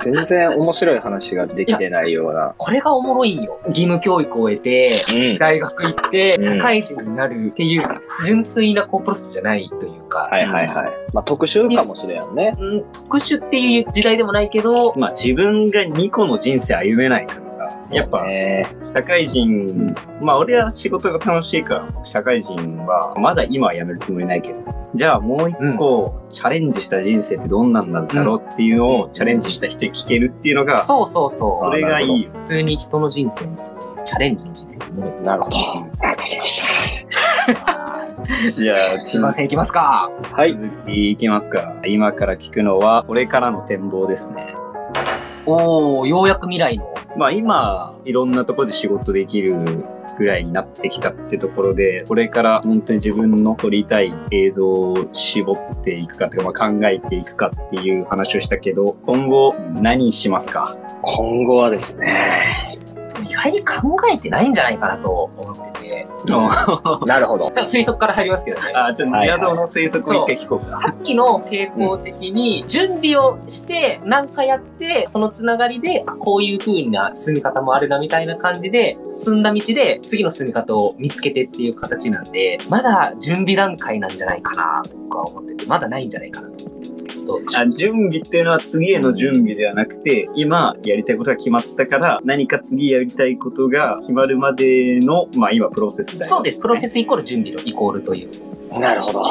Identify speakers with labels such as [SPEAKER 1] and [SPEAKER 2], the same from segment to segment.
[SPEAKER 1] 全然面白い話ができてないような。
[SPEAKER 2] これがおもろいよ。義務教育を得て、
[SPEAKER 1] うん。
[SPEAKER 2] 大学行って、
[SPEAKER 1] うん
[SPEAKER 2] 社会人になるっていう、純粋なコープロセスじゃないというか、
[SPEAKER 1] はいはいはい。まあ特殊かもしれんね。
[SPEAKER 2] うん、特殊っていう時代でもないけど、
[SPEAKER 3] まあ自分が2個の人生歩めないからさ、やっぱ
[SPEAKER 1] ね
[SPEAKER 3] 社会人、まあ俺は仕事が楽しいから、社会人はまだ今は辞めるつもりないけど、じゃあもう一個チャレンジした人生ってどんなんなんだろうっていうのをチャレンジした人に聞けるっていうのが、
[SPEAKER 2] そうそうそう。
[SPEAKER 3] それがいいよ。
[SPEAKER 2] 普通に人の人生もそういうチャレンジの人生もね。
[SPEAKER 1] なるほど。わかりまし
[SPEAKER 3] じゃあ
[SPEAKER 2] すいません、いきますか。
[SPEAKER 1] た。はい。
[SPEAKER 3] 続きいきますか。今から聞くのは、これからの展望ですね。
[SPEAKER 2] おー、ようやく未来の。
[SPEAKER 3] まあ今、いろんなところで仕事できるぐらいになってきたってところで、これから本当に自分の撮りたい映像を絞っていくかというか、まあ、考えていくかっていう話をしたけど、今後何しますか
[SPEAKER 1] 今後はですね。
[SPEAKER 2] 意外に考えてないんじゃないかなと思ってて。
[SPEAKER 3] あ、
[SPEAKER 1] なるほど。
[SPEAKER 2] ちょっと推測から入りますけどね。
[SPEAKER 3] ちょっと
[SPEAKER 1] はいはい
[SPEAKER 3] 宿の推測を一回聞こうか。
[SPEAKER 2] さっきの傾向的に、準備をして、なんかやって、そのつながりで、あこういう風な進み方もあるな、みたいな感じで、進んだ道で、次の進み方を見つけてっていう形なんで、まだ準備段階なんじゃないかな、と僕は思ってて、まだないんじゃないかなと思ってますけど、どうでしょう
[SPEAKER 3] あ準備っていうのは次への準備ではなくて、今やりたいことが決まったから、何か次やりたいことが決まるまでの、まあ今プロセスだよね
[SPEAKER 2] そうです。プロセスイコール準備のイコールという。
[SPEAKER 1] なるほど。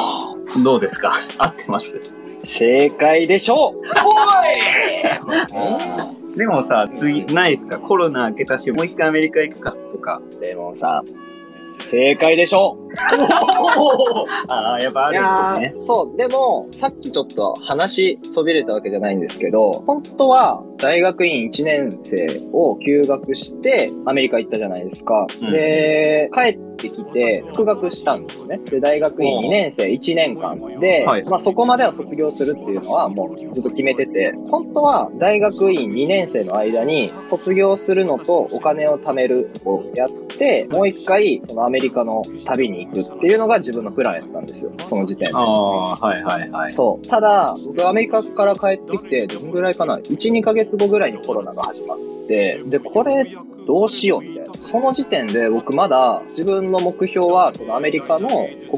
[SPEAKER 3] どうですか 合ってます
[SPEAKER 1] 正解でしょう
[SPEAKER 3] でもさ、次、ないですかコロナ明けたし、もう一回アメリカ行くかとか。
[SPEAKER 1] レモンさん。正解でしょう
[SPEAKER 3] ああ、やっぱあ
[SPEAKER 1] い
[SPEAKER 3] る
[SPEAKER 1] や
[SPEAKER 3] んですね。
[SPEAKER 1] ーそう、でも、さっきちょっと話そびれたわけじゃないんですけど、本当は大学院1年生を休学してアメリカ行ったじゃないですか。
[SPEAKER 3] うん
[SPEAKER 1] で、帰ってきて復学したんですよね。で、大学院2年生1年間で、
[SPEAKER 3] はい
[SPEAKER 1] まあそこまでは卒業するっていうのはもうずっと決めてて、本当は大学院2年生の間に卒業するのとお金を貯めるをやって、もう一回そのアメリカの旅に行くっていうのが自分のプランやったんですよ。その時点で
[SPEAKER 3] あ。あー、はいはいはい。
[SPEAKER 1] そう。ただ、僕アメリカから帰ってきて、どんぐらいかな ?1、2ヶ月後ぐらいにコロナが始まって、で、これどうしようみたいな。その時点で僕まだ自分の目標は、そのアメリカの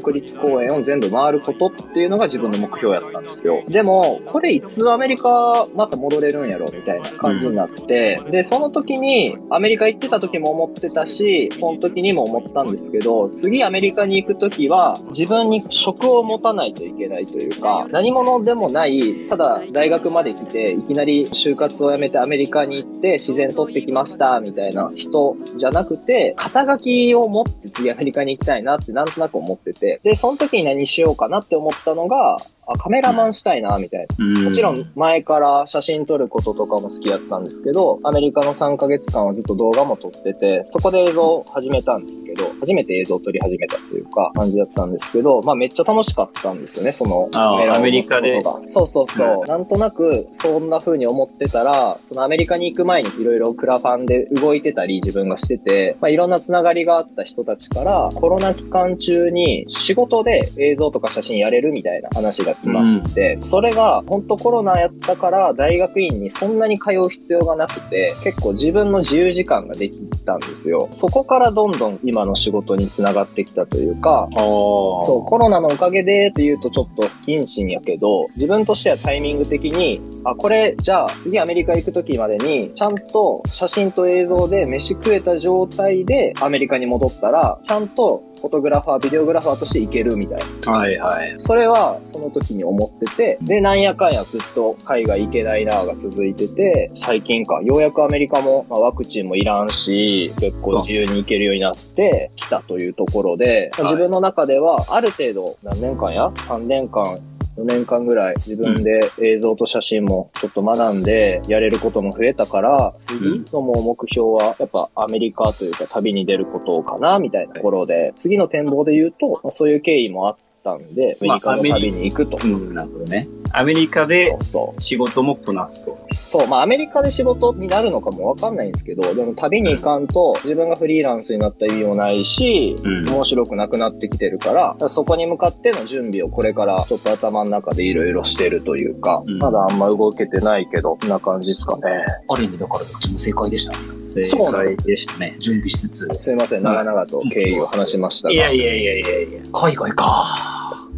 [SPEAKER 1] 国立公園を全部回ることっていうのが自分の目標やったんですよ。でも、これいつアメリカまた戻れるんやろみたいな感じになって、で、その時にアメリカ行ってた時も思ってたし、その時にも思ったんですけど、次アメリカに行く時は自分に職を持たないといけないというか、何者でもない、ただ大学まで来て、いきなり就活を辞めてアメリカに行って自然取ってきました、みたいな人じゃなくて、肩書きを持って次アメリカに行きたいなってなんとなく思ってて、で、その時に何しようかなって思ったのが、あ、カメラマンしたいな、みたいな。も
[SPEAKER 3] も
[SPEAKER 1] ちろん前から写真撮ることとかも好きやったんですけど、アメリカの3ヶ月間はずっと動画も撮ってて、そこで映像を始めたんですけど、初めて映像を撮り始めたというか感じだったんですけど、まあめっちゃ楽しかったんですよね、その
[SPEAKER 3] あー
[SPEAKER 1] カメラを
[SPEAKER 3] アメリカで
[SPEAKER 1] 持つことがそうそうそう。なんとなくそんな風に思ってたら、そのアメリカに行く前にいろいろクラファンで動いてたり自分がしてて、まあいろんなつながりがあった人たちから、コロナ期間中に仕事で映像とか写真やれるみたいな話が来まして、でそれが本当コロナやったから大学院にそんなに通う必要がなくて、結構自分の自由時間ができたんですよ。そこからどんどん今の仕事につながってきたというか、
[SPEAKER 3] ああ。
[SPEAKER 1] そ、
[SPEAKER 3] そう
[SPEAKER 1] コロナのおかげでって言うとちょっと不謹慎やけど、自分としてはタイミング的に、あ、これ、じゃあ次アメリカ行く時までに、ちゃんと写真と映像で飯食えた状態でアメリカに戻ったら、ちゃんとフォトグラファー、ビデオグラファーとして行けるみたいな。
[SPEAKER 3] う。はいはい。
[SPEAKER 1] それはその時に思ってて、で、なんやかんやずっと海外行けないなぁが続いてて、最近か、ようやくアメリカも、まあ、ワクチンもいらんし、結構自由に行けるようになってきたというところで、まあ
[SPEAKER 3] はい
[SPEAKER 1] 自分の中ではある程度何年間や ?3 年間。4年間ぐらい自分で映像と写真もちょっと学んでやれることも増えたから、次のもう目標はやっぱアメリカというか旅に出ることかなみたいなところで、次の展望で言うと、まあそういう経緯もあってったんで、アメリカの旅に行くと。
[SPEAKER 3] うん、なるほどね。アメリカで
[SPEAKER 1] そうそう。
[SPEAKER 3] 仕事もこなすと。
[SPEAKER 1] そう、まあアメリカで仕事になるのかもわかんないんですけど、でも旅に行かんと自分がフリーランスになった意味もないし、
[SPEAKER 3] うん
[SPEAKER 1] 面白くなくなってきてるから、だからそこに向かっての準備をこれからちょっと頭の中でいろいろしてるというか、
[SPEAKER 3] うん
[SPEAKER 1] まだあんま動けてないけど、こんな感じですかね。
[SPEAKER 2] ある意味だからどっちも正解でしたね。
[SPEAKER 3] 正
[SPEAKER 1] そうなん
[SPEAKER 3] 解でしたね。
[SPEAKER 2] 準備しつつ。
[SPEAKER 1] すいません、長々と経緯を話しましたが。
[SPEAKER 3] いやいやいやいやいや。
[SPEAKER 2] 海外か。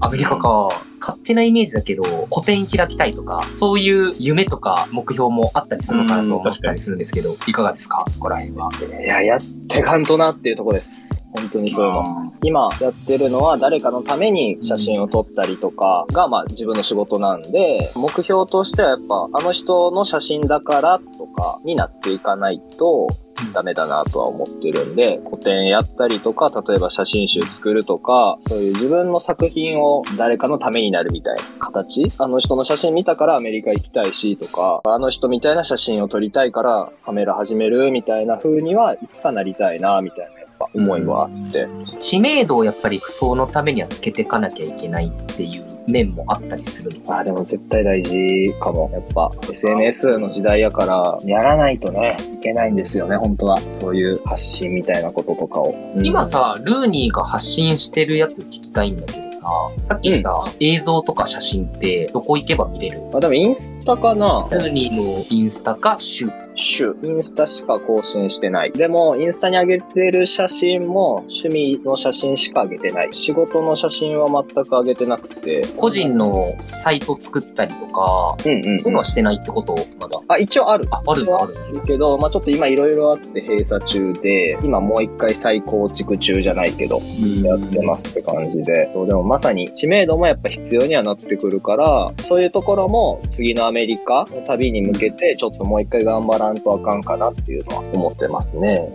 [SPEAKER 2] アメリカか。勝手なイメージだけど、個展開きたいとか、そういう夢とか目標もあったりするのかなと
[SPEAKER 3] うん
[SPEAKER 2] 思っ
[SPEAKER 3] 確か
[SPEAKER 2] た
[SPEAKER 3] に
[SPEAKER 2] りするんですけど、いかがですかそこら辺は。
[SPEAKER 1] いや、やってかんとなっていうところです。本当にそういうの。今やってるのは誰かのために写真を撮ったりとかが、まあ自分の仕事なんで、目標としてはやっぱあの人の写真だからとかになっていかないとダメだなとは思ってるんで、個展やったりとか、例えば写真集作るとか、そういう自分の作品を誰かのためになるみたいな形あの人の写真見たからアメリカ行きたいしとか、あの人みたいな写真を撮りたいからカメラ始めるみたいな風にはいつかなりたいなみたいなやっぱ思いはあって。
[SPEAKER 2] 知名度をやっぱりそのためにはつけていかなきゃいけないっていう面もあったりするのか。
[SPEAKER 1] あーでも絶対大事かも。やっぱ SNS の時代やから、やらないとね、いけないんですよね、本当は。そういう発信みたいなこととかを。うん
[SPEAKER 2] 今、さ、ルーニーが発信してるやつ聞きたいんだけどさ、さっき言った映像とか写真ってどこ行けば見れる
[SPEAKER 1] あ、でもインスタかな
[SPEAKER 2] ルーニーのインスタかシュ
[SPEAKER 1] 主。インスタしか更新してない。でも、インスタに上げてる写真も、趣味の写真しか上げてない。仕事の写真は全く上げてなくて。
[SPEAKER 2] 個人のサイト作ったりとか、
[SPEAKER 1] うんうん、
[SPEAKER 2] そういうのはしてないってことまだ。
[SPEAKER 1] あ、一応ある。
[SPEAKER 2] あ、あるんだ、あるんだ。
[SPEAKER 1] だけど、まあちょっと今いろいろあって閉鎖中で、今もう一回再構築中じゃないけど、やってますって感じで。そうでもまさに知名度もやっぱ必要にはなってくるから、そういうところも次のアメリカの旅に向けて、ちょっともう一回頑張らんとあかんかなっていうのは思ってますね。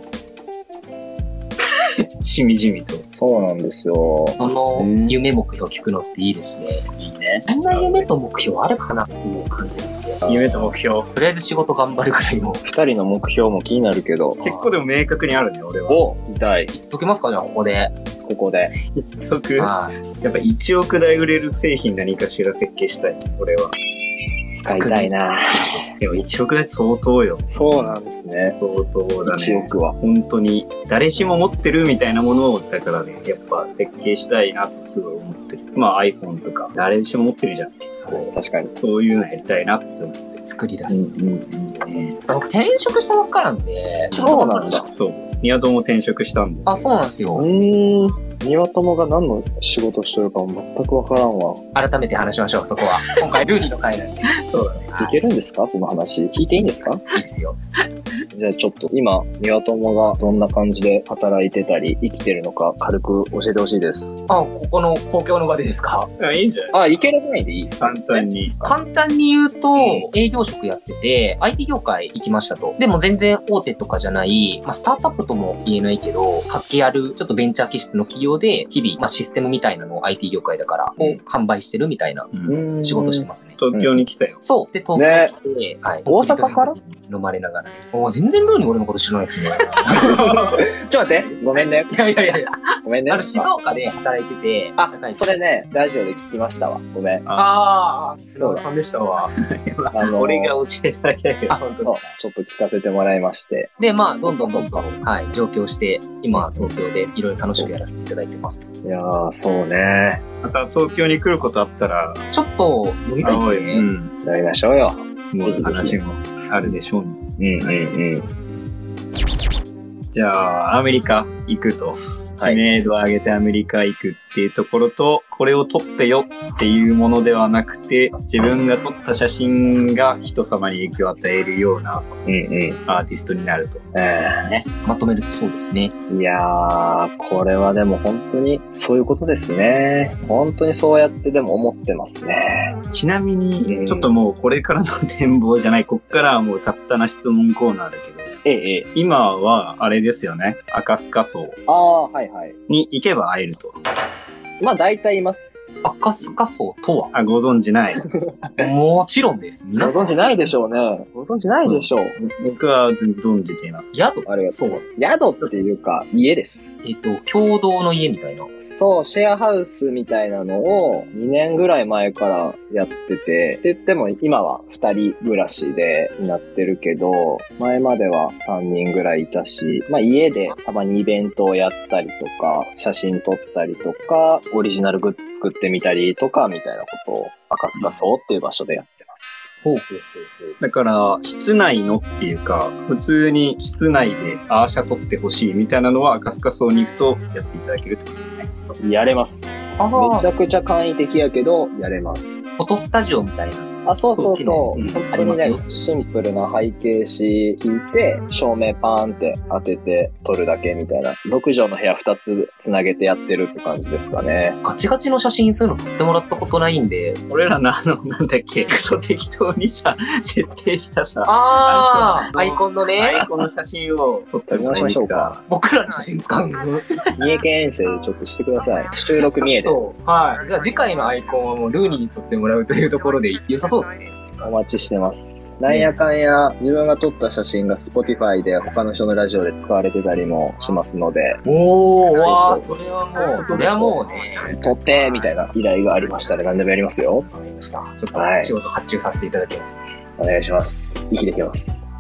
[SPEAKER 3] しみじみと。
[SPEAKER 1] そうなんですよ。
[SPEAKER 2] その
[SPEAKER 3] うん
[SPEAKER 2] 夢目標聞くのっていいですね。
[SPEAKER 3] いいね。
[SPEAKER 2] こんな夢と目標あるかなっていう感じなんで、
[SPEAKER 3] 夢と目標。
[SPEAKER 2] とりあえず仕事頑張るくらいの。
[SPEAKER 1] 二人の目標も気になるけど、
[SPEAKER 3] 結構でも明確にあるね、俺は。
[SPEAKER 1] を聞きたい。
[SPEAKER 2] 言っときますか、じゃあここで。
[SPEAKER 1] ここで。
[SPEAKER 3] 特やっ
[SPEAKER 2] はい
[SPEAKER 3] ぱ1億台売れる製品何かしら設計したい、俺は。
[SPEAKER 1] 使いたいな
[SPEAKER 3] でも1億台相当よ。
[SPEAKER 1] そうなんですね。
[SPEAKER 3] 相当だね。
[SPEAKER 1] 1億は。
[SPEAKER 3] 本当に誰しも持ってるみたいなものをだからねやっぱ設計したいなとすごい思ってるまあ iPhone とか誰しも持ってるじゃん
[SPEAKER 1] 確かに。
[SPEAKER 3] そういうのやりたいなって思って
[SPEAKER 2] 作り出す。
[SPEAKER 1] うんうん
[SPEAKER 2] ですね。僕転職したばっかなんで。
[SPEAKER 1] そうなんだ。
[SPEAKER 3] そうニワトも転職したんですよ
[SPEAKER 2] あ、そうなんですよ。
[SPEAKER 1] ーん。庭友が何の仕事してるか全くわからんわ。
[SPEAKER 2] 改めて話しましょう、そこは。今回、ルーニーの回なんで。
[SPEAKER 3] そうだね
[SPEAKER 1] いけるんですかその話。聞いていいんですか
[SPEAKER 2] いいですよ。
[SPEAKER 1] じゃあちょっと今、ニワトモがどんな感じで働いてたり、生きてるのか軽く教えてほしいです。
[SPEAKER 2] あ、ここの公共の場でですか。
[SPEAKER 3] あいいんじゃない
[SPEAKER 1] あ、いける範囲でいいです。
[SPEAKER 3] 簡単に
[SPEAKER 2] 簡単に言うと、営業職やってて、IT 業界行きましたと。でも全然大手とかじゃない、まあ、スタートアップとも言えないけど、活気ある、ちょっとベンチャー気質の企業で、日々、まあ、システムみたいなのを IT 業界だから、
[SPEAKER 1] うん
[SPEAKER 2] を販売してるみたいな
[SPEAKER 1] うん
[SPEAKER 2] 仕事してますね。
[SPEAKER 3] 東京に来たよ、
[SPEAKER 2] そう。で、東京来て、はい。
[SPEAKER 1] 大阪から
[SPEAKER 2] 飲まれながらね。お全然ルーに俺のこと知らないですね。
[SPEAKER 1] ちょっと待って。ごめんね。
[SPEAKER 2] いやいやいやいや。
[SPEAKER 1] ごめんね。
[SPEAKER 2] あの、静岡で働いてて、
[SPEAKER 1] あ
[SPEAKER 2] 社会、人
[SPEAKER 1] それね、ラジオで聞きましたわ。ごめん。
[SPEAKER 2] ああ、スさんでしたわ。
[SPEAKER 1] あのー
[SPEAKER 3] 俺が教えただけだけど
[SPEAKER 2] あ、本当です
[SPEAKER 1] そう
[SPEAKER 2] か。、
[SPEAKER 1] ちょっと聞かせてもらいまして。
[SPEAKER 2] で、まあ、どんどん
[SPEAKER 1] そ
[SPEAKER 2] ど
[SPEAKER 1] っか
[SPEAKER 2] んどん、はい、上京して、今は東京でいろいろ楽しくやらせていただいてます。
[SPEAKER 1] いやー、そうね。
[SPEAKER 3] また東京に来ることあったら
[SPEAKER 2] ちょっと飲みたいです
[SPEAKER 3] い、う
[SPEAKER 2] ね。
[SPEAKER 3] ん、
[SPEAKER 1] やりましょうよ。
[SPEAKER 3] すごい話もあるでしょうね
[SPEAKER 1] うんうんうん。
[SPEAKER 3] じゃあ、アメリカ行くと。知名度を上げてアメリカ行くっていうところと、これを撮ってよっていうものではなくて、自分が撮った写真が人様に影響を与えるような
[SPEAKER 1] うんうん。
[SPEAKER 3] アーティストになると。
[SPEAKER 1] え
[SPEAKER 2] まとめるとそうですね。
[SPEAKER 1] ーいやー、これはでも本当にそういうことですね。本当にそうやってでも思ってますね。
[SPEAKER 3] ちなみ
[SPEAKER 1] う
[SPEAKER 3] に、
[SPEAKER 1] ん
[SPEAKER 3] ちょっともうこれからの展望じゃない、こっからはもうたったな質問コーナーだけど、
[SPEAKER 1] ええ、ええ。
[SPEAKER 3] 今はあれですよね、赤スカ層
[SPEAKER 1] あー、はいはい。
[SPEAKER 3] に行けば会えると。
[SPEAKER 1] まあ大体います。
[SPEAKER 2] 赤スカ層とは
[SPEAKER 3] あ、ご存知 ない。
[SPEAKER 2] もちろんです。
[SPEAKER 1] ご
[SPEAKER 2] 皆さん
[SPEAKER 1] 存知ないでしょうね。ご存知ないでしょう。
[SPEAKER 3] 僕は存じています。
[SPEAKER 2] 宿
[SPEAKER 1] ありがと
[SPEAKER 2] そう。
[SPEAKER 1] 宿っていうか、家です。
[SPEAKER 2] えっ、と、共同の家みたいな。
[SPEAKER 1] そう、シェアハウスみたいなのを2年ぐらい前からやってて、って言っても今は2人暮らしでなってるけど、前までは3人ぐらいいたし、まあ家でたまにイベントをやったりとか、写真撮ったりとか、オリジナルグッズ作ってみたりとかみたいなことを赤塚荘っていう場所でやってます。
[SPEAKER 2] ほうほう
[SPEAKER 3] だから、室内のっていうか、普通に室内でアーシャ撮ってほしいみたいなのは赤スカソに行くとやっていただけるってことですね。
[SPEAKER 1] やれます。
[SPEAKER 2] あー
[SPEAKER 1] めちゃくちゃ簡易的やけど、やれます。
[SPEAKER 2] フォトスタジオみたいな。
[SPEAKER 1] あ、そうそうそう。
[SPEAKER 3] そ
[SPEAKER 1] 本
[SPEAKER 3] う
[SPEAKER 1] 当に
[SPEAKER 2] あり
[SPEAKER 1] ね
[SPEAKER 2] ます、
[SPEAKER 1] シンプルな背景紙引いて、照明パーンって当てて撮るだけみたいな。6畳の部屋2つつなげてやってるって感じですか ね。
[SPEAKER 2] ガチガチの写真そういうの撮ってもらったことないんで。
[SPEAKER 3] 俺らのあの、なんだっけ、クソ適当にさ、設定したさ、
[SPEAKER 2] あー、アイコンの
[SPEAKER 3] アイ
[SPEAKER 2] ね。
[SPEAKER 3] コンの写真を撮ったりも
[SPEAKER 1] 撮りましょうか。
[SPEAKER 2] 僕らの写真使うの
[SPEAKER 1] 三重県遠征ちょっとしてください。収録三重です。
[SPEAKER 2] そうはい。じゃあ次回のアイコンはもうルーニーに撮ってもらうというところで良さそうですね。
[SPEAKER 1] お待ちしてます。なんやかんや、自分が撮った写真が Spotify で他の人のラジオで使われてたりもしますので、
[SPEAKER 2] おー、わ
[SPEAKER 1] は
[SPEAKER 2] ー、
[SPEAKER 1] い
[SPEAKER 2] それはもう、 それはもうね、
[SPEAKER 1] 撮ってみたいな依頼がありましたら何でもやりますよ。
[SPEAKER 2] わかりました。ちょっ
[SPEAKER 1] は
[SPEAKER 2] と
[SPEAKER 1] い
[SPEAKER 2] 仕事発注させていただきます。
[SPEAKER 1] お願いします。息できます。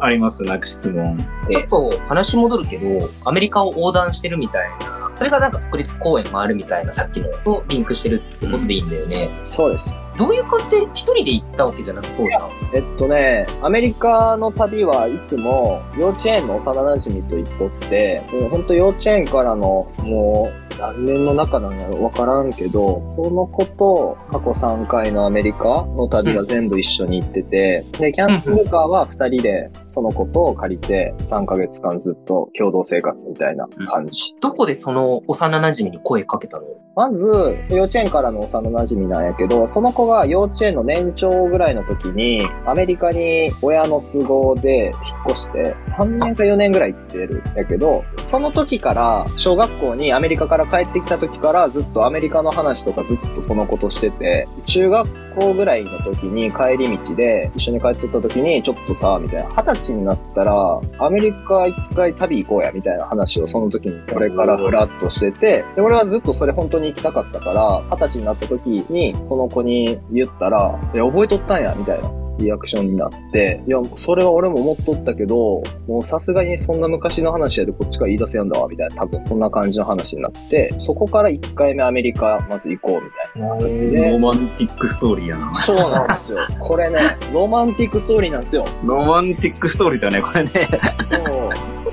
[SPEAKER 3] あります、なく質問。
[SPEAKER 1] え
[SPEAKER 2] ちょっと話戻るけど、アメリカを横断してるみたいな、それがなんか国立公園回るみたいな、さっきのとリンクしてるってことでいいんだよね。
[SPEAKER 1] そうです。
[SPEAKER 2] どういう感じで一人で行ったわけじゃなさそうじゃん。
[SPEAKER 1] えっとね、アメリカの旅はいつも幼稚園の幼馴染と行っとって、もうほんと幼稚園からのもう何年の中なんやろわからんけど、その子と過去3回のアメリカの旅が全部一緒に行ってて、で、キャンピングカーは2人でその子と借りて3ヶ月間ずっと共同生活みたいな感じ。
[SPEAKER 2] どこでその幼馴染に声かけたの
[SPEAKER 1] まず、幼稚園からの幼馴染なんやけど、その子が幼稚園の年長ぐらいの時に、アメリカに親の都合で引っ越して、3年か4年ぐらい行ってるんやけど、その時から、小学校にアメリカから帰ってきた時から、ずっとアメリカの話とかずっとその子としてて、中学校ぐらいの時に帰り道で、一緒に帰ってった時に、ちょっとさ、みたいな、二十歳になったら、アメリカ一回旅行こうや、みたいな話をその時にこれからふらっとしてて、で、俺はずっとそれ本当に行きたかったから、二十歳になった時に、その子に言ったら、え、覚えとったんや、みたいな。リアクションになって、いや、それは俺も思っとったけど、もうさすがにそんな昔の話やでこっちから言い出せやんだわ、みたいな、多分こんな感じの話になって、そこから1回目アメリカまず行こう、みたいな。ね
[SPEAKER 3] ロマンティックストーリーやな。
[SPEAKER 1] そうなんですよ。 これね、ロマンティックストーリーなんですよ。
[SPEAKER 3] ロマンティックストーリーだね、これね。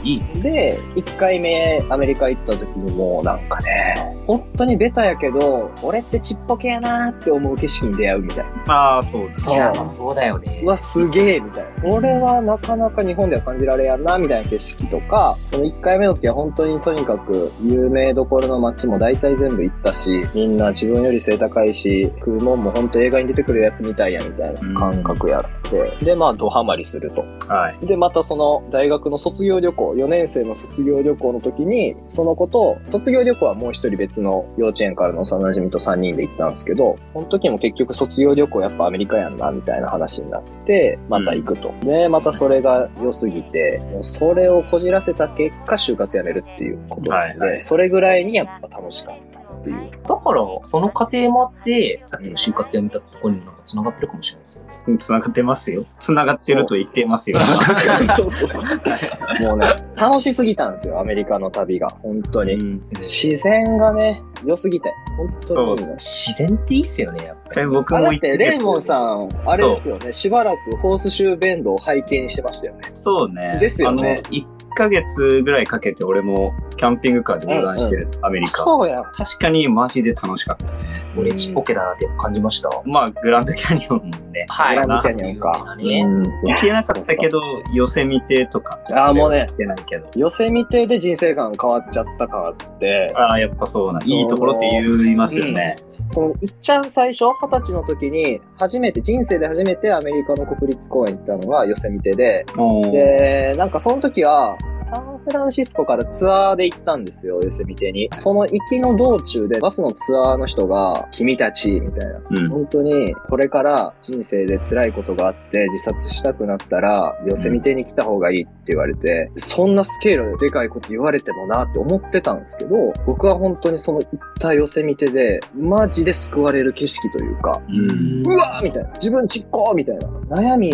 [SPEAKER 3] いい。
[SPEAKER 1] で、1回目アメリカ行った時にもうなんかね、本当にベタやけど、俺ってちっぽけやなーって思う景色に出会うみたいな。
[SPEAKER 3] ああ、そうです。
[SPEAKER 2] いや、そうだよね
[SPEAKER 1] う。わ、すげえみたいな。俺はなかなか日本では感じられやんな、みたいな景色とか、その1回目の時は本当にとにかく有名どころの街も大体全部行ったし、みんな自分より背高いし、食うもんも本当映画に出てくるやつみたいや、みたいな感覚やって、で、まあ、ドハマりすると。
[SPEAKER 3] はい。
[SPEAKER 1] で、またその大学の卒業旅行、4年生の卒業旅行の時に、その子と、卒業旅行はもう一人別の幼稚園からの幼馴染と3人で行ったんですけど、その時も結局卒業旅行やっぱアメリカやんな、みたいな話になって、また行くと。で、またそれが良すぎて、もうそれをこじらせた結果、就活やめるっていうことで、
[SPEAKER 3] はいはい
[SPEAKER 1] それぐらいにやっぱ楽しかっ た っていう。
[SPEAKER 2] だから、その過程もあって、さっきの就活やめたところにもなんか繋がってるかもしれないですよね。
[SPEAKER 3] 繋がってますよ。繋がってると言ってますよ。
[SPEAKER 1] そうそうそう。もうね、楽しすぎたんですよ、アメリカの旅が。本当に。
[SPEAKER 3] うん
[SPEAKER 1] 自然がね、良すぎて。本当にね。
[SPEAKER 2] 自然っていいっすよね、やっぱり。
[SPEAKER 3] 僕
[SPEAKER 1] あだ
[SPEAKER 3] も
[SPEAKER 1] っ
[SPEAKER 3] 行って
[SPEAKER 1] て、レイモンさん、あれですよね、しばらくホースシューベンドを背景にしてましたよね。
[SPEAKER 3] そうね。
[SPEAKER 1] ですよね
[SPEAKER 3] あの、1ヶ月ぐらいかけて俺もキャンピングカーで横断してる、アメリカ。
[SPEAKER 1] うやん。
[SPEAKER 3] 確かにマジで楽しかったね。
[SPEAKER 2] 俺ちっぽけだなって感じました。
[SPEAKER 3] まあ、グランドキャニオンもね。
[SPEAKER 2] は
[SPEAKER 1] グランドキャニ
[SPEAKER 2] い
[SPEAKER 1] オンか。
[SPEAKER 2] 有名なね
[SPEAKER 1] うん
[SPEAKER 3] 行けなかったけど、寄せ見てとか。
[SPEAKER 1] あーもうね
[SPEAKER 3] 行けないけど。
[SPEAKER 1] 寄せ見てで人生観変わっちゃったからって、
[SPEAKER 3] ああ、やっぱそうな。いいところって言いますよね。
[SPEAKER 1] その、いっちゃん最初、二十歳の時に、初めて、人生で初めてアメリカの国立公園行ったのがヨセミテで、で、なんかその時は、サンフランシスコからツアーで行ったんですよ、ヨセミテに。その行きの道中で、バスのツアーの人が、君たち、みたいな。
[SPEAKER 3] うん。
[SPEAKER 1] 本当に、これから人生で辛いことがあって、自殺したくなったら、寄せ見てに来た方がいいって言われて、そんなスケールでかいこと言われてもなって思ってたんですけど、僕は本当にその行った寄せ見てで、マジで救われる景色というか、
[SPEAKER 3] うん。
[SPEAKER 1] うわーみたいな、自分ちっこーみたいな、悩み、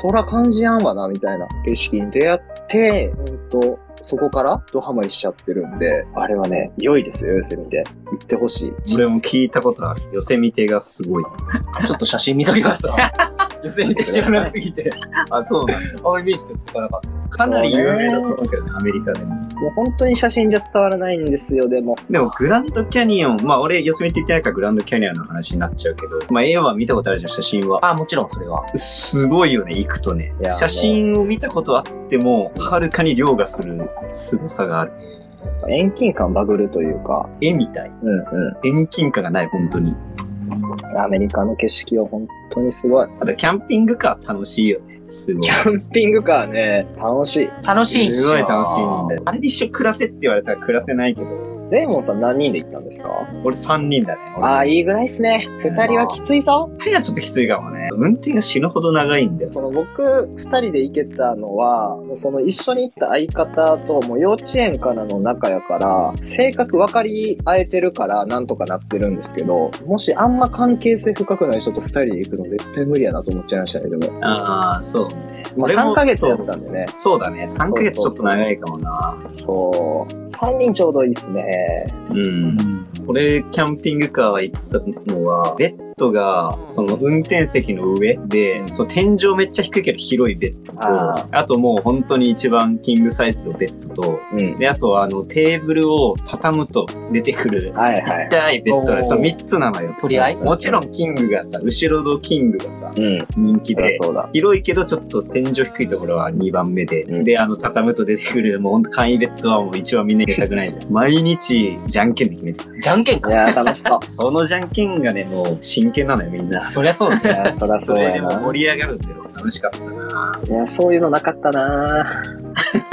[SPEAKER 1] そら感じやんわな、みたいな景色に出会って、ほんと、そこからドハマりしちゃってるんで、あれはね、良いですよ、寄せ見て。行ってほしい。
[SPEAKER 3] 俺も聞いたことある。寄せ見てがすごい。
[SPEAKER 2] ちょっと写真見ときますわ。 寄せ見て知らなすぎて、
[SPEAKER 3] あ、そうなんだ。
[SPEAKER 2] あんまりイメージちょっとつかなかったです。
[SPEAKER 3] かなり有名だと思うけどね、アメリカでも。
[SPEAKER 1] もう本当に写真じゃ伝わらないんですよ、でも。
[SPEAKER 3] でも、グランドキャニオン、まあ俺、寄せ見て言ってないからグランドキャニオンの話になっちゃうけど、まあ絵は見たことあるじゃん、写真は。
[SPEAKER 2] あ、もちろんそれは。
[SPEAKER 3] すごいよね、行くとね
[SPEAKER 1] いや。
[SPEAKER 3] 写真を見たことあっても、はるかに凌駕する凄さがある。
[SPEAKER 1] 遠近感バグるというか、
[SPEAKER 3] 絵みたい。
[SPEAKER 1] うんう
[SPEAKER 3] 遠近感がない、本当に。
[SPEAKER 1] ん。アメリカの景色は本当にすごい。
[SPEAKER 3] あと、キャンピングカー楽しいよね。すごい
[SPEAKER 1] キ。ャンピングカーね、楽しい。
[SPEAKER 2] 楽しいし。
[SPEAKER 3] すごい楽しいんだよ
[SPEAKER 2] で。。
[SPEAKER 3] あれで一緒暮らせって言われたら暮らせないけど、
[SPEAKER 1] レイモンさん何人で行ったんですか
[SPEAKER 3] 俺3人だね。
[SPEAKER 1] ああ、いいぐらいっすね。二人はきついぞ。
[SPEAKER 3] 2人はちょっときついかもね。運転が死ぬほど長いんだよ。
[SPEAKER 1] その僕、二人で行けたのは、もうその一緒に行った相方と、もう幼稚園からの仲やから、性格分かり合えてるから、なんとかなってるんですけど、もしあんま関係性深くない人と二人で行くの絶対無理やなと思っちゃいましたね、でも。
[SPEAKER 3] ああ、そうね。
[SPEAKER 1] まあ、
[SPEAKER 3] 俺も
[SPEAKER 1] 3ヶ月やったんでね。
[SPEAKER 3] そうだね。3ヶ月ちょっと長いかもな。
[SPEAKER 1] そう。3人ちょうどいいっすね。
[SPEAKER 3] うん。俺、キャンピングカーは行ったのは、ベッドが、その運転席の上で、その天井めっちゃ低いけど広いベッドと、
[SPEAKER 1] あー
[SPEAKER 3] あともう本当に一番キングサイズのベッドと、
[SPEAKER 1] うん。
[SPEAKER 3] で、あとはあのテーブルを畳むと出てくる、
[SPEAKER 1] はいはい
[SPEAKER 3] ちっ。ちゃいベッド
[SPEAKER 2] お
[SPEAKER 3] が、
[SPEAKER 2] ー
[SPEAKER 3] そう3つなのよ。
[SPEAKER 2] 取り合い
[SPEAKER 3] もちろんキングがさ、後ろのキングがさ、
[SPEAKER 1] うん。
[SPEAKER 3] 人気
[SPEAKER 1] そりゃ
[SPEAKER 3] で、
[SPEAKER 1] そうだ。
[SPEAKER 3] 広いけどちょっと天井低いところは2番目で、
[SPEAKER 1] うん
[SPEAKER 3] で、あの、畳むと出てくる、もうほんと簡易ベッドはもう一番みんな入れたくないじゃん。毎日、じゃんけんで決めてた
[SPEAKER 2] じゃんけんか
[SPEAKER 1] い。やー、楽しそう。
[SPEAKER 3] そのじゃんけんがね、もう真剣なのよ、みんな。
[SPEAKER 2] そりゃそうです
[SPEAKER 1] い
[SPEAKER 2] ね。
[SPEAKER 1] やー、そりゃ
[SPEAKER 3] そ
[SPEAKER 1] そう
[SPEAKER 3] れで
[SPEAKER 1] や
[SPEAKER 3] も
[SPEAKER 1] な。
[SPEAKER 3] 盛り上がるんだよ。楽しか ったな。
[SPEAKER 1] いや、そういうのなかったな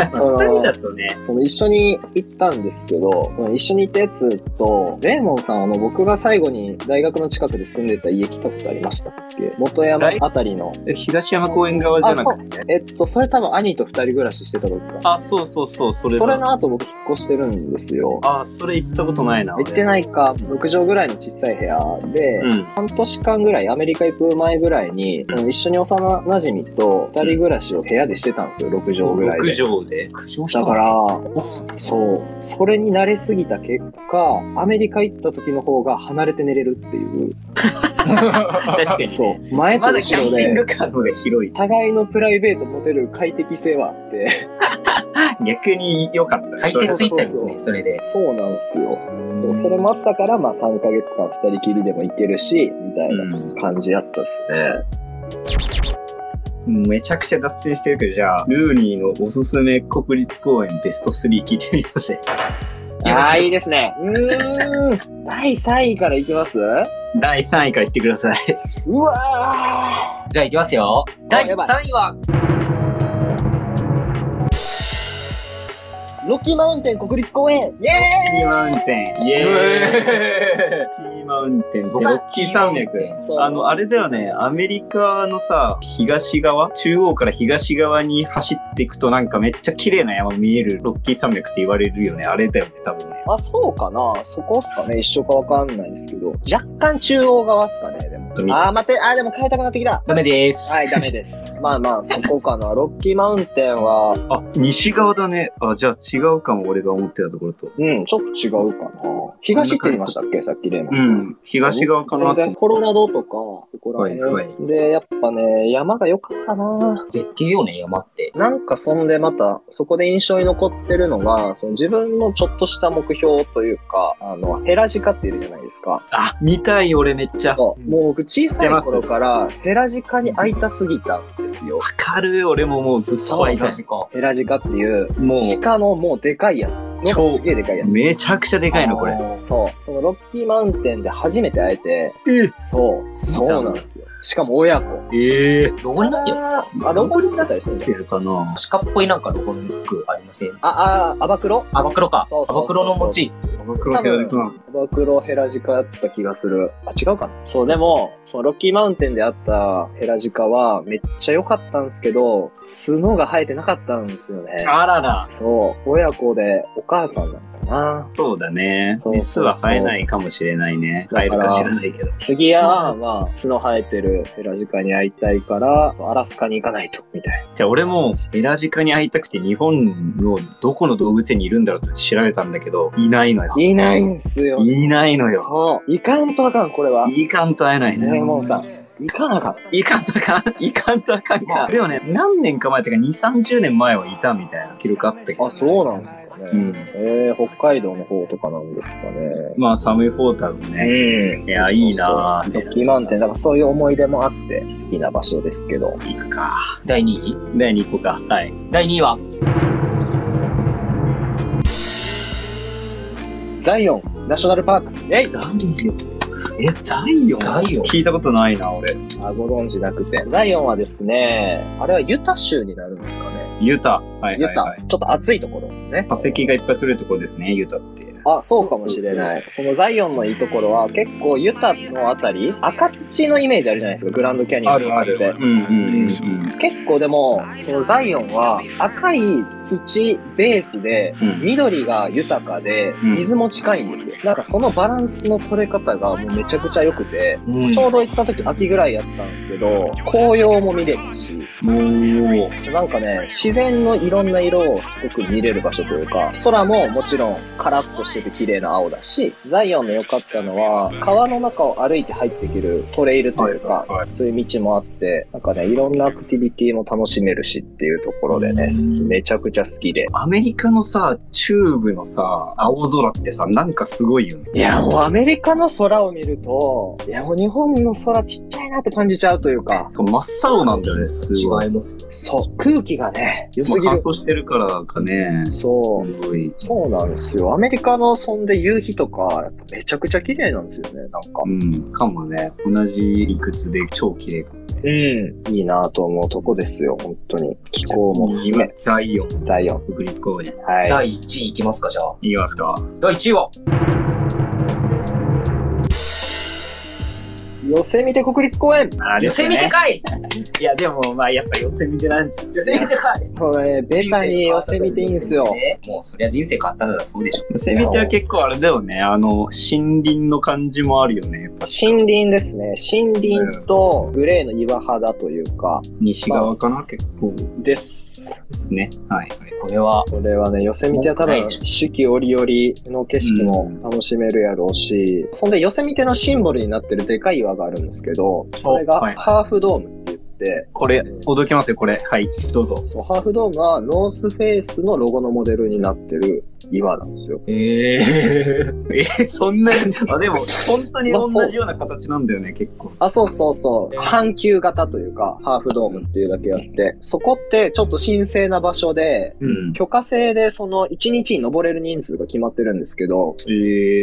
[SPEAKER 1] そ
[SPEAKER 3] 二人
[SPEAKER 1] の
[SPEAKER 3] だ、とね、
[SPEAKER 1] その一緒に行ったんですけど、その一緒に行ったやつと、レイモンさん、あの、僕が最後に大学の近くで住んでた家来たことありましたっけ元山あたりの。
[SPEAKER 3] 東山公園側じゃなくて。
[SPEAKER 1] えっと、それ多分兄と二人暮らししてた時か。
[SPEAKER 3] あ、そうそうそう、それだ
[SPEAKER 1] それの後僕引っ越してるんですよ。
[SPEAKER 3] あ、それ行ったことないな。
[SPEAKER 1] 行ってないか、6畳ぐらいの小さい部屋で、
[SPEAKER 3] 俺うん。
[SPEAKER 1] 半年間ぐらいアメリカ行く前ぐらいに、
[SPEAKER 3] うん
[SPEAKER 1] うん一緒に幼馴染と二人暮らしを部屋でしてたんですよ、6畳ぐらい
[SPEAKER 3] 屋
[SPEAKER 1] で。
[SPEAKER 3] 上で。
[SPEAKER 2] 苦情した
[SPEAKER 1] だ
[SPEAKER 2] の
[SPEAKER 1] から、
[SPEAKER 2] おっす
[SPEAKER 1] そう、それに慣れすぎた結果、アメリカ行った時の方が離れて寝れるっていう、
[SPEAKER 3] 確かに、
[SPEAKER 1] そ
[SPEAKER 3] ね。
[SPEAKER 1] う、前と
[SPEAKER 3] まだキャ
[SPEAKER 1] 後ろ
[SPEAKER 3] ンピ
[SPEAKER 1] で、
[SPEAKER 3] ングカーの方が広 い。
[SPEAKER 1] 互いのプライベート持てる快適性はあって、
[SPEAKER 3] 逆に良かったね。
[SPEAKER 2] 解
[SPEAKER 3] それ
[SPEAKER 2] 説いったんですね、それで。
[SPEAKER 1] そうなんですよ。そう、それもあったから、まあ3ヶ月間二人きりでも行けるし、みたいな
[SPEAKER 3] う
[SPEAKER 1] 感じやったっすね。
[SPEAKER 3] ん。めちゃくちゃ脱線してるけど、じゃあ、ルーニーのおすすめ国立公園ベスト3聞いてみません。
[SPEAKER 2] いや
[SPEAKER 1] ああー、いいですね。うーん。第3位からいきますう
[SPEAKER 3] 第3位から言ってください。
[SPEAKER 1] わ
[SPEAKER 2] じゃあ行きますよ。第3
[SPEAKER 1] やばい
[SPEAKER 2] 位は、
[SPEAKER 1] ーロッキーマウンテン国立公園イェ
[SPEAKER 3] キーマウンテン。イ
[SPEAKER 2] え
[SPEAKER 3] エー
[SPEAKER 2] ー
[SPEAKER 3] イ。ロッキーマウンテンって
[SPEAKER 2] ロ
[SPEAKER 3] ロ
[SPEAKER 2] ッ
[SPEAKER 3] ッ
[SPEAKER 2] キ
[SPEAKER 3] キ
[SPEAKER 2] ー
[SPEAKER 3] ー
[SPEAKER 2] 山
[SPEAKER 3] 山
[SPEAKER 2] 脈
[SPEAKER 3] 脈
[SPEAKER 1] そう
[SPEAKER 3] あのあれだよねアメリカのさ東側中央から東側に走っていくとなんかめっちゃ綺麗な山見えるロッキー山脈って言われるよねあれだよね多分ね
[SPEAKER 1] あ、そうかなそこっすかね一緒かわかんないんですけど。若干中央側っすかねでも。
[SPEAKER 3] 見て
[SPEAKER 1] あー、待って、あー、でも変えたくなってきた。
[SPEAKER 2] ダメです。
[SPEAKER 1] はい、ダメです。 まあまあ、そこかな。ロッキーマウンテンは、
[SPEAKER 3] あ西側だねあじゃあ違うかも俺が思ってたところと
[SPEAKER 1] うん、ちょっと違うかな。東って言いましたっけさっきでも。
[SPEAKER 3] う。ん東側かな
[SPEAKER 1] 全然コロラドとか、そっこら辺、
[SPEAKER 3] はいは
[SPEAKER 1] で、やっぱね、山が良かったな
[SPEAKER 2] 絶景よね、山って。
[SPEAKER 1] なんかそんでまた、そこで印象に残ってるのが、その自分のちょっとした目標というか、あの、ヘラジカっているじゃないですか。
[SPEAKER 3] あ、見たい俺めっちゃ。わ
[SPEAKER 1] そうもう僕小さい頃からヘラジカに会いたすぎたんですよ。
[SPEAKER 3] かる俺ももうずっとはいた
[SPEAKER 2] 確。か。
[SPEAKER 1] ヘラジカっていう、
[SPEAKER 3] もう、
[SPEAKER 1] 鹿のもうでかいやつ。
[SPEAKER 3] 超
[SPEAKER 1] のすげえでかいやつ。
[SPEAKER 3] めちゃくちゃでかいのこれ。
[SPEAKER 1] そう。そのロッキーマウンテンで初めて会えて、
[SPEAKER 3] え
[SPEAKER 1] そう。そうなんですよ。しかも親子。
[SPEAKER 3] ええ
[SPEAKER 2] ロゴになってるやつ。
[SPEAKER 1] あ、ロボリンだったりするん
[SPEAKER 3] 見
[SPEAKER 1] じゃ
[SPEAKER 3] て
[SPEAKER 1] ん。
[SPEAKER 3] るかな
[SPEAKER 2] 鹿っぽいなんかロゴの服ありません
[SPEAKER 1] あ、あ、アバクロ
[SPEAKER 2] アバクロか。
[SPEAKER 1] そうそうそうそ
[SPEAKER 2] ア
[SPEAKER 1] う
[SPEAKER 2] バクロのモチーフ。
[SPEAKER 3] 僕
[SPEAKER 1] は
[SPEAKER 3] は
[SPEAKER 1] けどアバクロヘラジカだった気がする。あ、違うかなそう、でも、そのロッキーマウンテンで会ったヘラジカはめっちゃ良かったんですけど、角が生えてなかったんですよね。
[SPEAKER 3] あらら。
[SPEAKER 1] そう。親子でお母さんなんだな。
[SPEAKER 3] そうだね。
[SPEAKER 1] そうそう
[SPEAKER 3] メス
[SPEAKER 1] そう
[SPEAKER 3] は生えないかもしれないね。
[SPEAKER 1] だ
[SPEAKER 3] 生
[SPEAKER 1] か
[SPEAKER 3] え
[SPEAKER 1] ら
[SPEAKER 3] るか知らないけど。
[SPEAKER 1] 次は、まあ、角生えてるヘラジカに会いたいから、アラスカに行かないと、みたい
[SPEAKER 3] じゃあ俺もヘラジカに会いたくて日本のどこの動物園にいるんだろうって調べたんだけど、いないのよ
[SPEAKER 1] な。。いないんすよ。
[SPEAKER 3] いないのよ。
[SPEAKER 1] そう。いかんとあかん、これは。
[SPEAKER 3] いかんと会えない
[SPEAKER 1] ねえ
[SPEAKER 3] ね。
[SPEAKER 1] もうさいかなかっ
[SPEAKER 3] いかんとあかん。 いかんとあかんか。でもね、何年か前とか2、30年前はいたみたいな記録あったけ
[SPEAKER 1] た。
[SPEAKER 3] ど。
[SPEAKER 1] あ、そうなんですかね。
[SPEAKER 3] うん。
[SPEAKER 1] えー、北海道の方とかなんですかね。
[SPEAKER 3] まあ寒い方だろうね。
[SPEAKER 1] うん
[SPEAKER 3] いや、いいなぁ。
[SPEAKER 1] ロッキーマウンテン、だからそういう思い出もあって好きな場所ですけど。
[SPEAKER 3] 行くか。
[SPEAKER 2] 第2位
[SPEAKER 3] 第2個か。はい。
[SPEAKER 2] 第2位は、
[SPEAKER 1] ザイオン、ナショナルパーク。えい
[SPEAKER 3] ザイオン。え、ザイオン
[SPEAKER 2] ザイオン
[SPEAKER 3] 聞いたことないな、俺。
[SPEAKER 1] あ、ご存知なくて。ザイオンはですね、あれはユタ州になるんですかね。
[SPEAKER 3] ユタ。はい
[SPEAKER 1] ユ
[SPEAKER 3] はいは
[SPEAKER 1] タ
[SPEAKER 3] い。、
[SPEAKER 1] ちょっと暑いところですね。
[SPEAKER 3] 化石がいっぱい取れるところですね、ユタって。
[SPEAKER 1] あ、そうかもしれない。そのザイオンのいいところは、結構ユタのあたり、赤土のイメージあるじゃないですか、グランドキャニオンとかって。
[SPEAKER 3] うんうんうん
[SPEAKER 1] 結構でも、そのザイオンは赤い土ベースで、
[SPEAKER 3] うん。うん
[SPEAKER 1] 緑が豊かで、
[SPEAKER 3] ん
[SPEAKER 1] 水も近いんですよ。なんかそのバランスの取れ方がもうめちゃくちゃ良くて、
[SPEAKER 2] うん
[SPEAKER 1] ちょうど行った時秋ぐらいやったんですけど、紅葉も見れるし、
[SPEAKER 3] おー
[SPEAKER 1] なんかね、自然のいろんな色をすごく見れる場所というか、空ももちろんカラッとしてて綺麗な青だし、ザイオンの良かったのは、川の中を歩いて入っていけるトレイルというか、
[SPEAKER 3] は
[SPEAKER 1] そういう道もあって、なんかね、いろんなアクティビティも楽しめるしっていうところでね、めちゃくちゃ好きで。
[SPEAKER 3] アメリカのさ、中部のさ、青空ってさ、なんかすごいよね。
[SPEAKER 1] いや、もうアメリカの空を見ると、いや、もう日本の空ちっちゃいなって感じちゃうというか、
[SPEAKER 3] 真っ青なんだよね、すごい。
[SPEAKER 2] 違います。
[SPEAKER 1] そう、空気がね、良
[SPEAKER 3] ますあ
[SPEAKER 1] ぎ
[SPEAKER 3] 乾
[SPEAKER 1] る。
[SPEAKER 3] 燥してるからかね。
[SPEAKER 1] そう。
[SPEAKER 3] すごい。
[SPEAKER 1] そうなんですよ。アメリカのそんで夕日とか、やっぱめちゃくちゃ綺麗なんですよね、なんか。
[SPEAKER 3] うん、かもね。同じ理屈で超綺麗かも。
[SPEAKER 1] うん。いいなぁと思うとこですよ、本当に。気候も含
[SPEAKER 3] 今
[SPEAKER 1] め、、
[SPEAKER 3] ザイオン、
[SPEAKER 1] ザイオン。
[SPEAKER 3] 国立公園。
[SPEAKER 1] はい。
[SPEAKER 2] 第1位いきますか、じゃあ。
[SPEAKER 3] いきますか。
[SPEAKER 2] 第1位は、
[SPEAKER 1] ヨセミテ国立公園
[SPEAKER 3] あ
[SPEAKER 2] 寄せ見てかい
[SPEAKER 3] いや、でも、まあ、やっぱ寄せ見てなんじゃん。
[SPEAKER 2] 寄せ見てか い
[SPEAKER 1] このね、ベタにヨセミテいいんすよ。
[SPEAKER 2] もうそりゃ人生変わったならそうでしょ。
[SPEAKER 3] 寄せ見ては結構あれだよね。あの、森林の感じもあるよね。やっぱ
[SPEAKER 1] 森林ですね。森林とグレーの岩肌というか、
[SPEAKER 3] 西側かな結構で
[SPEAKER 1] です。
[SPEAKER 3] すね。はい。はい
[SPEAKER 2] これは、
[SPEAKER 1] これはね、ヨセミテは多
[SPEAKER 2] 文句ない
[SPEAKER 1] 分
[SPEAKER 2] でし、ょ
[SPEAKER 1] 四季折々の景色も楽しめるやろうし、そんでヨセミテのシンボルになってるでかい岩があるんですけど、それ
[SPEAKER 3] はい
[SPEAKER 1] がハーフドームって言って、
[SPEAKER 3] これ、驚きますよ、これ。はい、どうぞ。
[SPEAKER 1] そう、ハーフドームはノースフェイスのロゴのモデルになってる岩なんですよ。
[SPEAKER 2] ええ
[SPEAKER 3] え、そんなに、あ、でも、本当に
[SPEAKER 1] まあそう
[SPEAKER 3] 同じような形なんだよね、結構。
[SPEAKER 1] あ、そうそうそう。
[SPEAKER 3] えー
[SPEAKER 1] 半球型というか、ハーフドームっていうだけあって、そこってちょっと神聖な場所で、
[SPEAKER 3] うん。
[SPEAKER 1] 許可制でその1日に登れる人数が決まってるんですけど、
[SPEAKER 3] え
[SPEAKER 1] で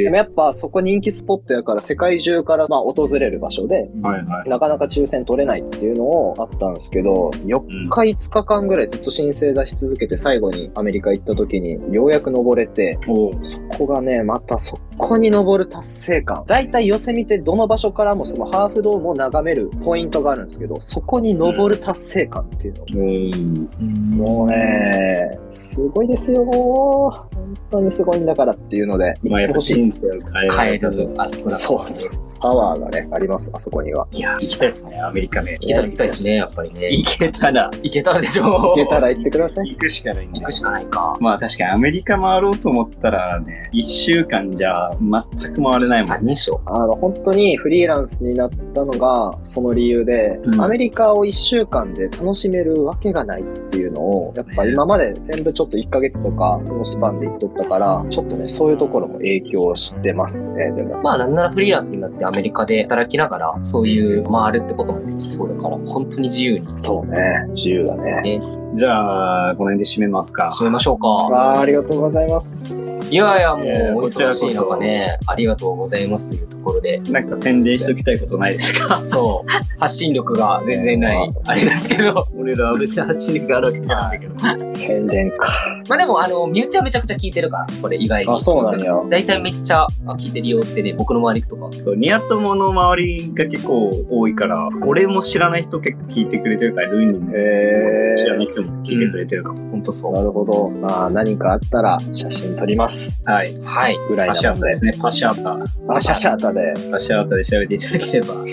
[SPEAKER 3] ー
[SPEAKER 1] もやっぱそこ人気スポットやから世界中からまあ訪れる場所で、
[SPEAKER 3] はいはい。
[SPEAKER 1] なかなか抽選取れないっていうのをあったんですけど、4日5日間ぐらいずっと申請出し続けて最後にアメリカ行った時にようやく登れて、
[SPEAKER 3] おう
[SPEAKER 1] そこがね、またそこに登る達成感。だいたい寄せ見てどの場所からもそのハーフドームを眺めるポイントがあるんですけど、そこに登る達成感っていうの。
[SPEAKER 3] うん。
[SPEAKER 1] もうね、すごいですよ。本当にすごいんだからっていうので、
[SPEAKER 3] まあ、やっぱ
[SPEAKER 1] 欲しい。
[SPEAKER 3] 人生を変えら
[SPEAKER 2] 変え
[SPEAKER 3] れた
[SPEAKER 2] る。あそこだ。
[SPEAKER 1] そうそうそう。パワーがね、あります、あそこには。
[SPEAKER 3] いや、行きたいですね、アメリカね。
[SPEAKER 2] 行けたら行きたいですね、やっぱりね。
[SPEAKER 3] 行けたら、
[SPEAKER 2] 行けたらでしょ
[SPEAKER 1] 行けたら行ってください。
[SPEAKER 3] 行くしかないん
[SPEAKER 2] 行
[SPEAKER 3] だ
[SPEAKER 2] くしかないか。
[SPEAKER 3] まあ確かにアメリカ回回ろうと思ったらね、一週間じゃ全く回れないもん。
[SPEAKER 2] 何章
[SPEAKER 1] あの、本当にフリーランスになったのがその理由で、
[SPEAKER 3] うん
[SPEAKER 1] アメリカを1週間で楽しめるわけがないっていうのを、やっぱ今まで全部ちょっと1ヶ月とか、そのスパンで行っとったから、ちょっとね、そういうところも影響してますね、でも。
[SPEAKER 2] まあなんならフリーランスになってアメリカで働きながら、そういう回るってこともできそうだから、本当に自由に。
[SPEAKER 1] そうね、自由だね。
[SPEAKER 3] じゃあ、この辺で締めますか。
[SPEAKER 2] 締めましょうか。
[SPEAKER 1] わあ、ありがとうございます。
[SPEAKER 2] いやいや、もう
[SPEAKER 3] いや
[SPEAKER 2] お
[SPEAKER 3] こち
[SPEAKER 2] 忙
[SPEAKER 3] らこ
[SPEAKER 2] し
[SPEAKER 3] そ
[SPEAKER 2] い中ね、ありがとうございますというところで、
[SPEAKER 3] なんか宣伝しておきたいことないですか
[SPEAKER 2] そう、発信力が全然ない、あれですけど。
[SPEAKER 3] 俺らは別に発信力があるわけじゃないんだけど。
[SPEAKER 1] 宣伝か。
[SPEAKER 2] まあでも、あの、身内はめちゃくちゃ聞いてるから、これ以外に。
[SPEAKER 1] あ、そうなんや。
[SPEAKER 2] 大体めっちゃあ聞いてるよってね、僕の周りとか。
[SPEAKER 3] そう、ニア友の周りが結構多いから、俺も知らない人結構聞いてくれてるから、ルイにも
[SPEAKER 1] へ
[SPEAKER 3] 知らない
[SPEAKER 1] ー。
[SPEAKER 3] 人も聞いてくれてるかも。
[SPEAKER 2] ほんとそう。
[SPEAKER 1] なるほど。まあ、何かあったら写真撮ります。
[SPEAKER 3] はい。
[SPEAKER 2] はい。
[SPEAKER 1] ぐらい
[SPEAKER 3] パ
[SPEAKER 1] な
[SPEAKER 3] シャ
[SPEAKER 1] の
[SPEAKER 3] ータですね。パシャータ。
[SPEAKER 1] あ、パシャータで。
[SPEAKER 3] パシャータで調べていただければ。は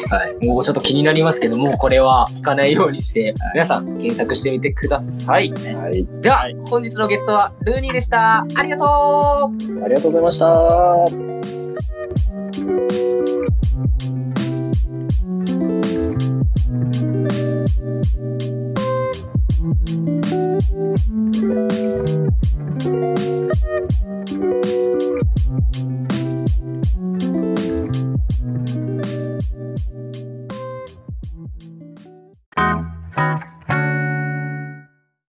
[SPEAKER 3] い。
[SPEAKER 2] もうちょっと気になりますけど、もうこれは聞かないようにして、皆さん検索してみてください。
[SPEAKER 1] はい。
[SPEAKER 2] では、本日のゲストはルーニーでした。ありがとう
[SPEAKER 1] ありがとうございました。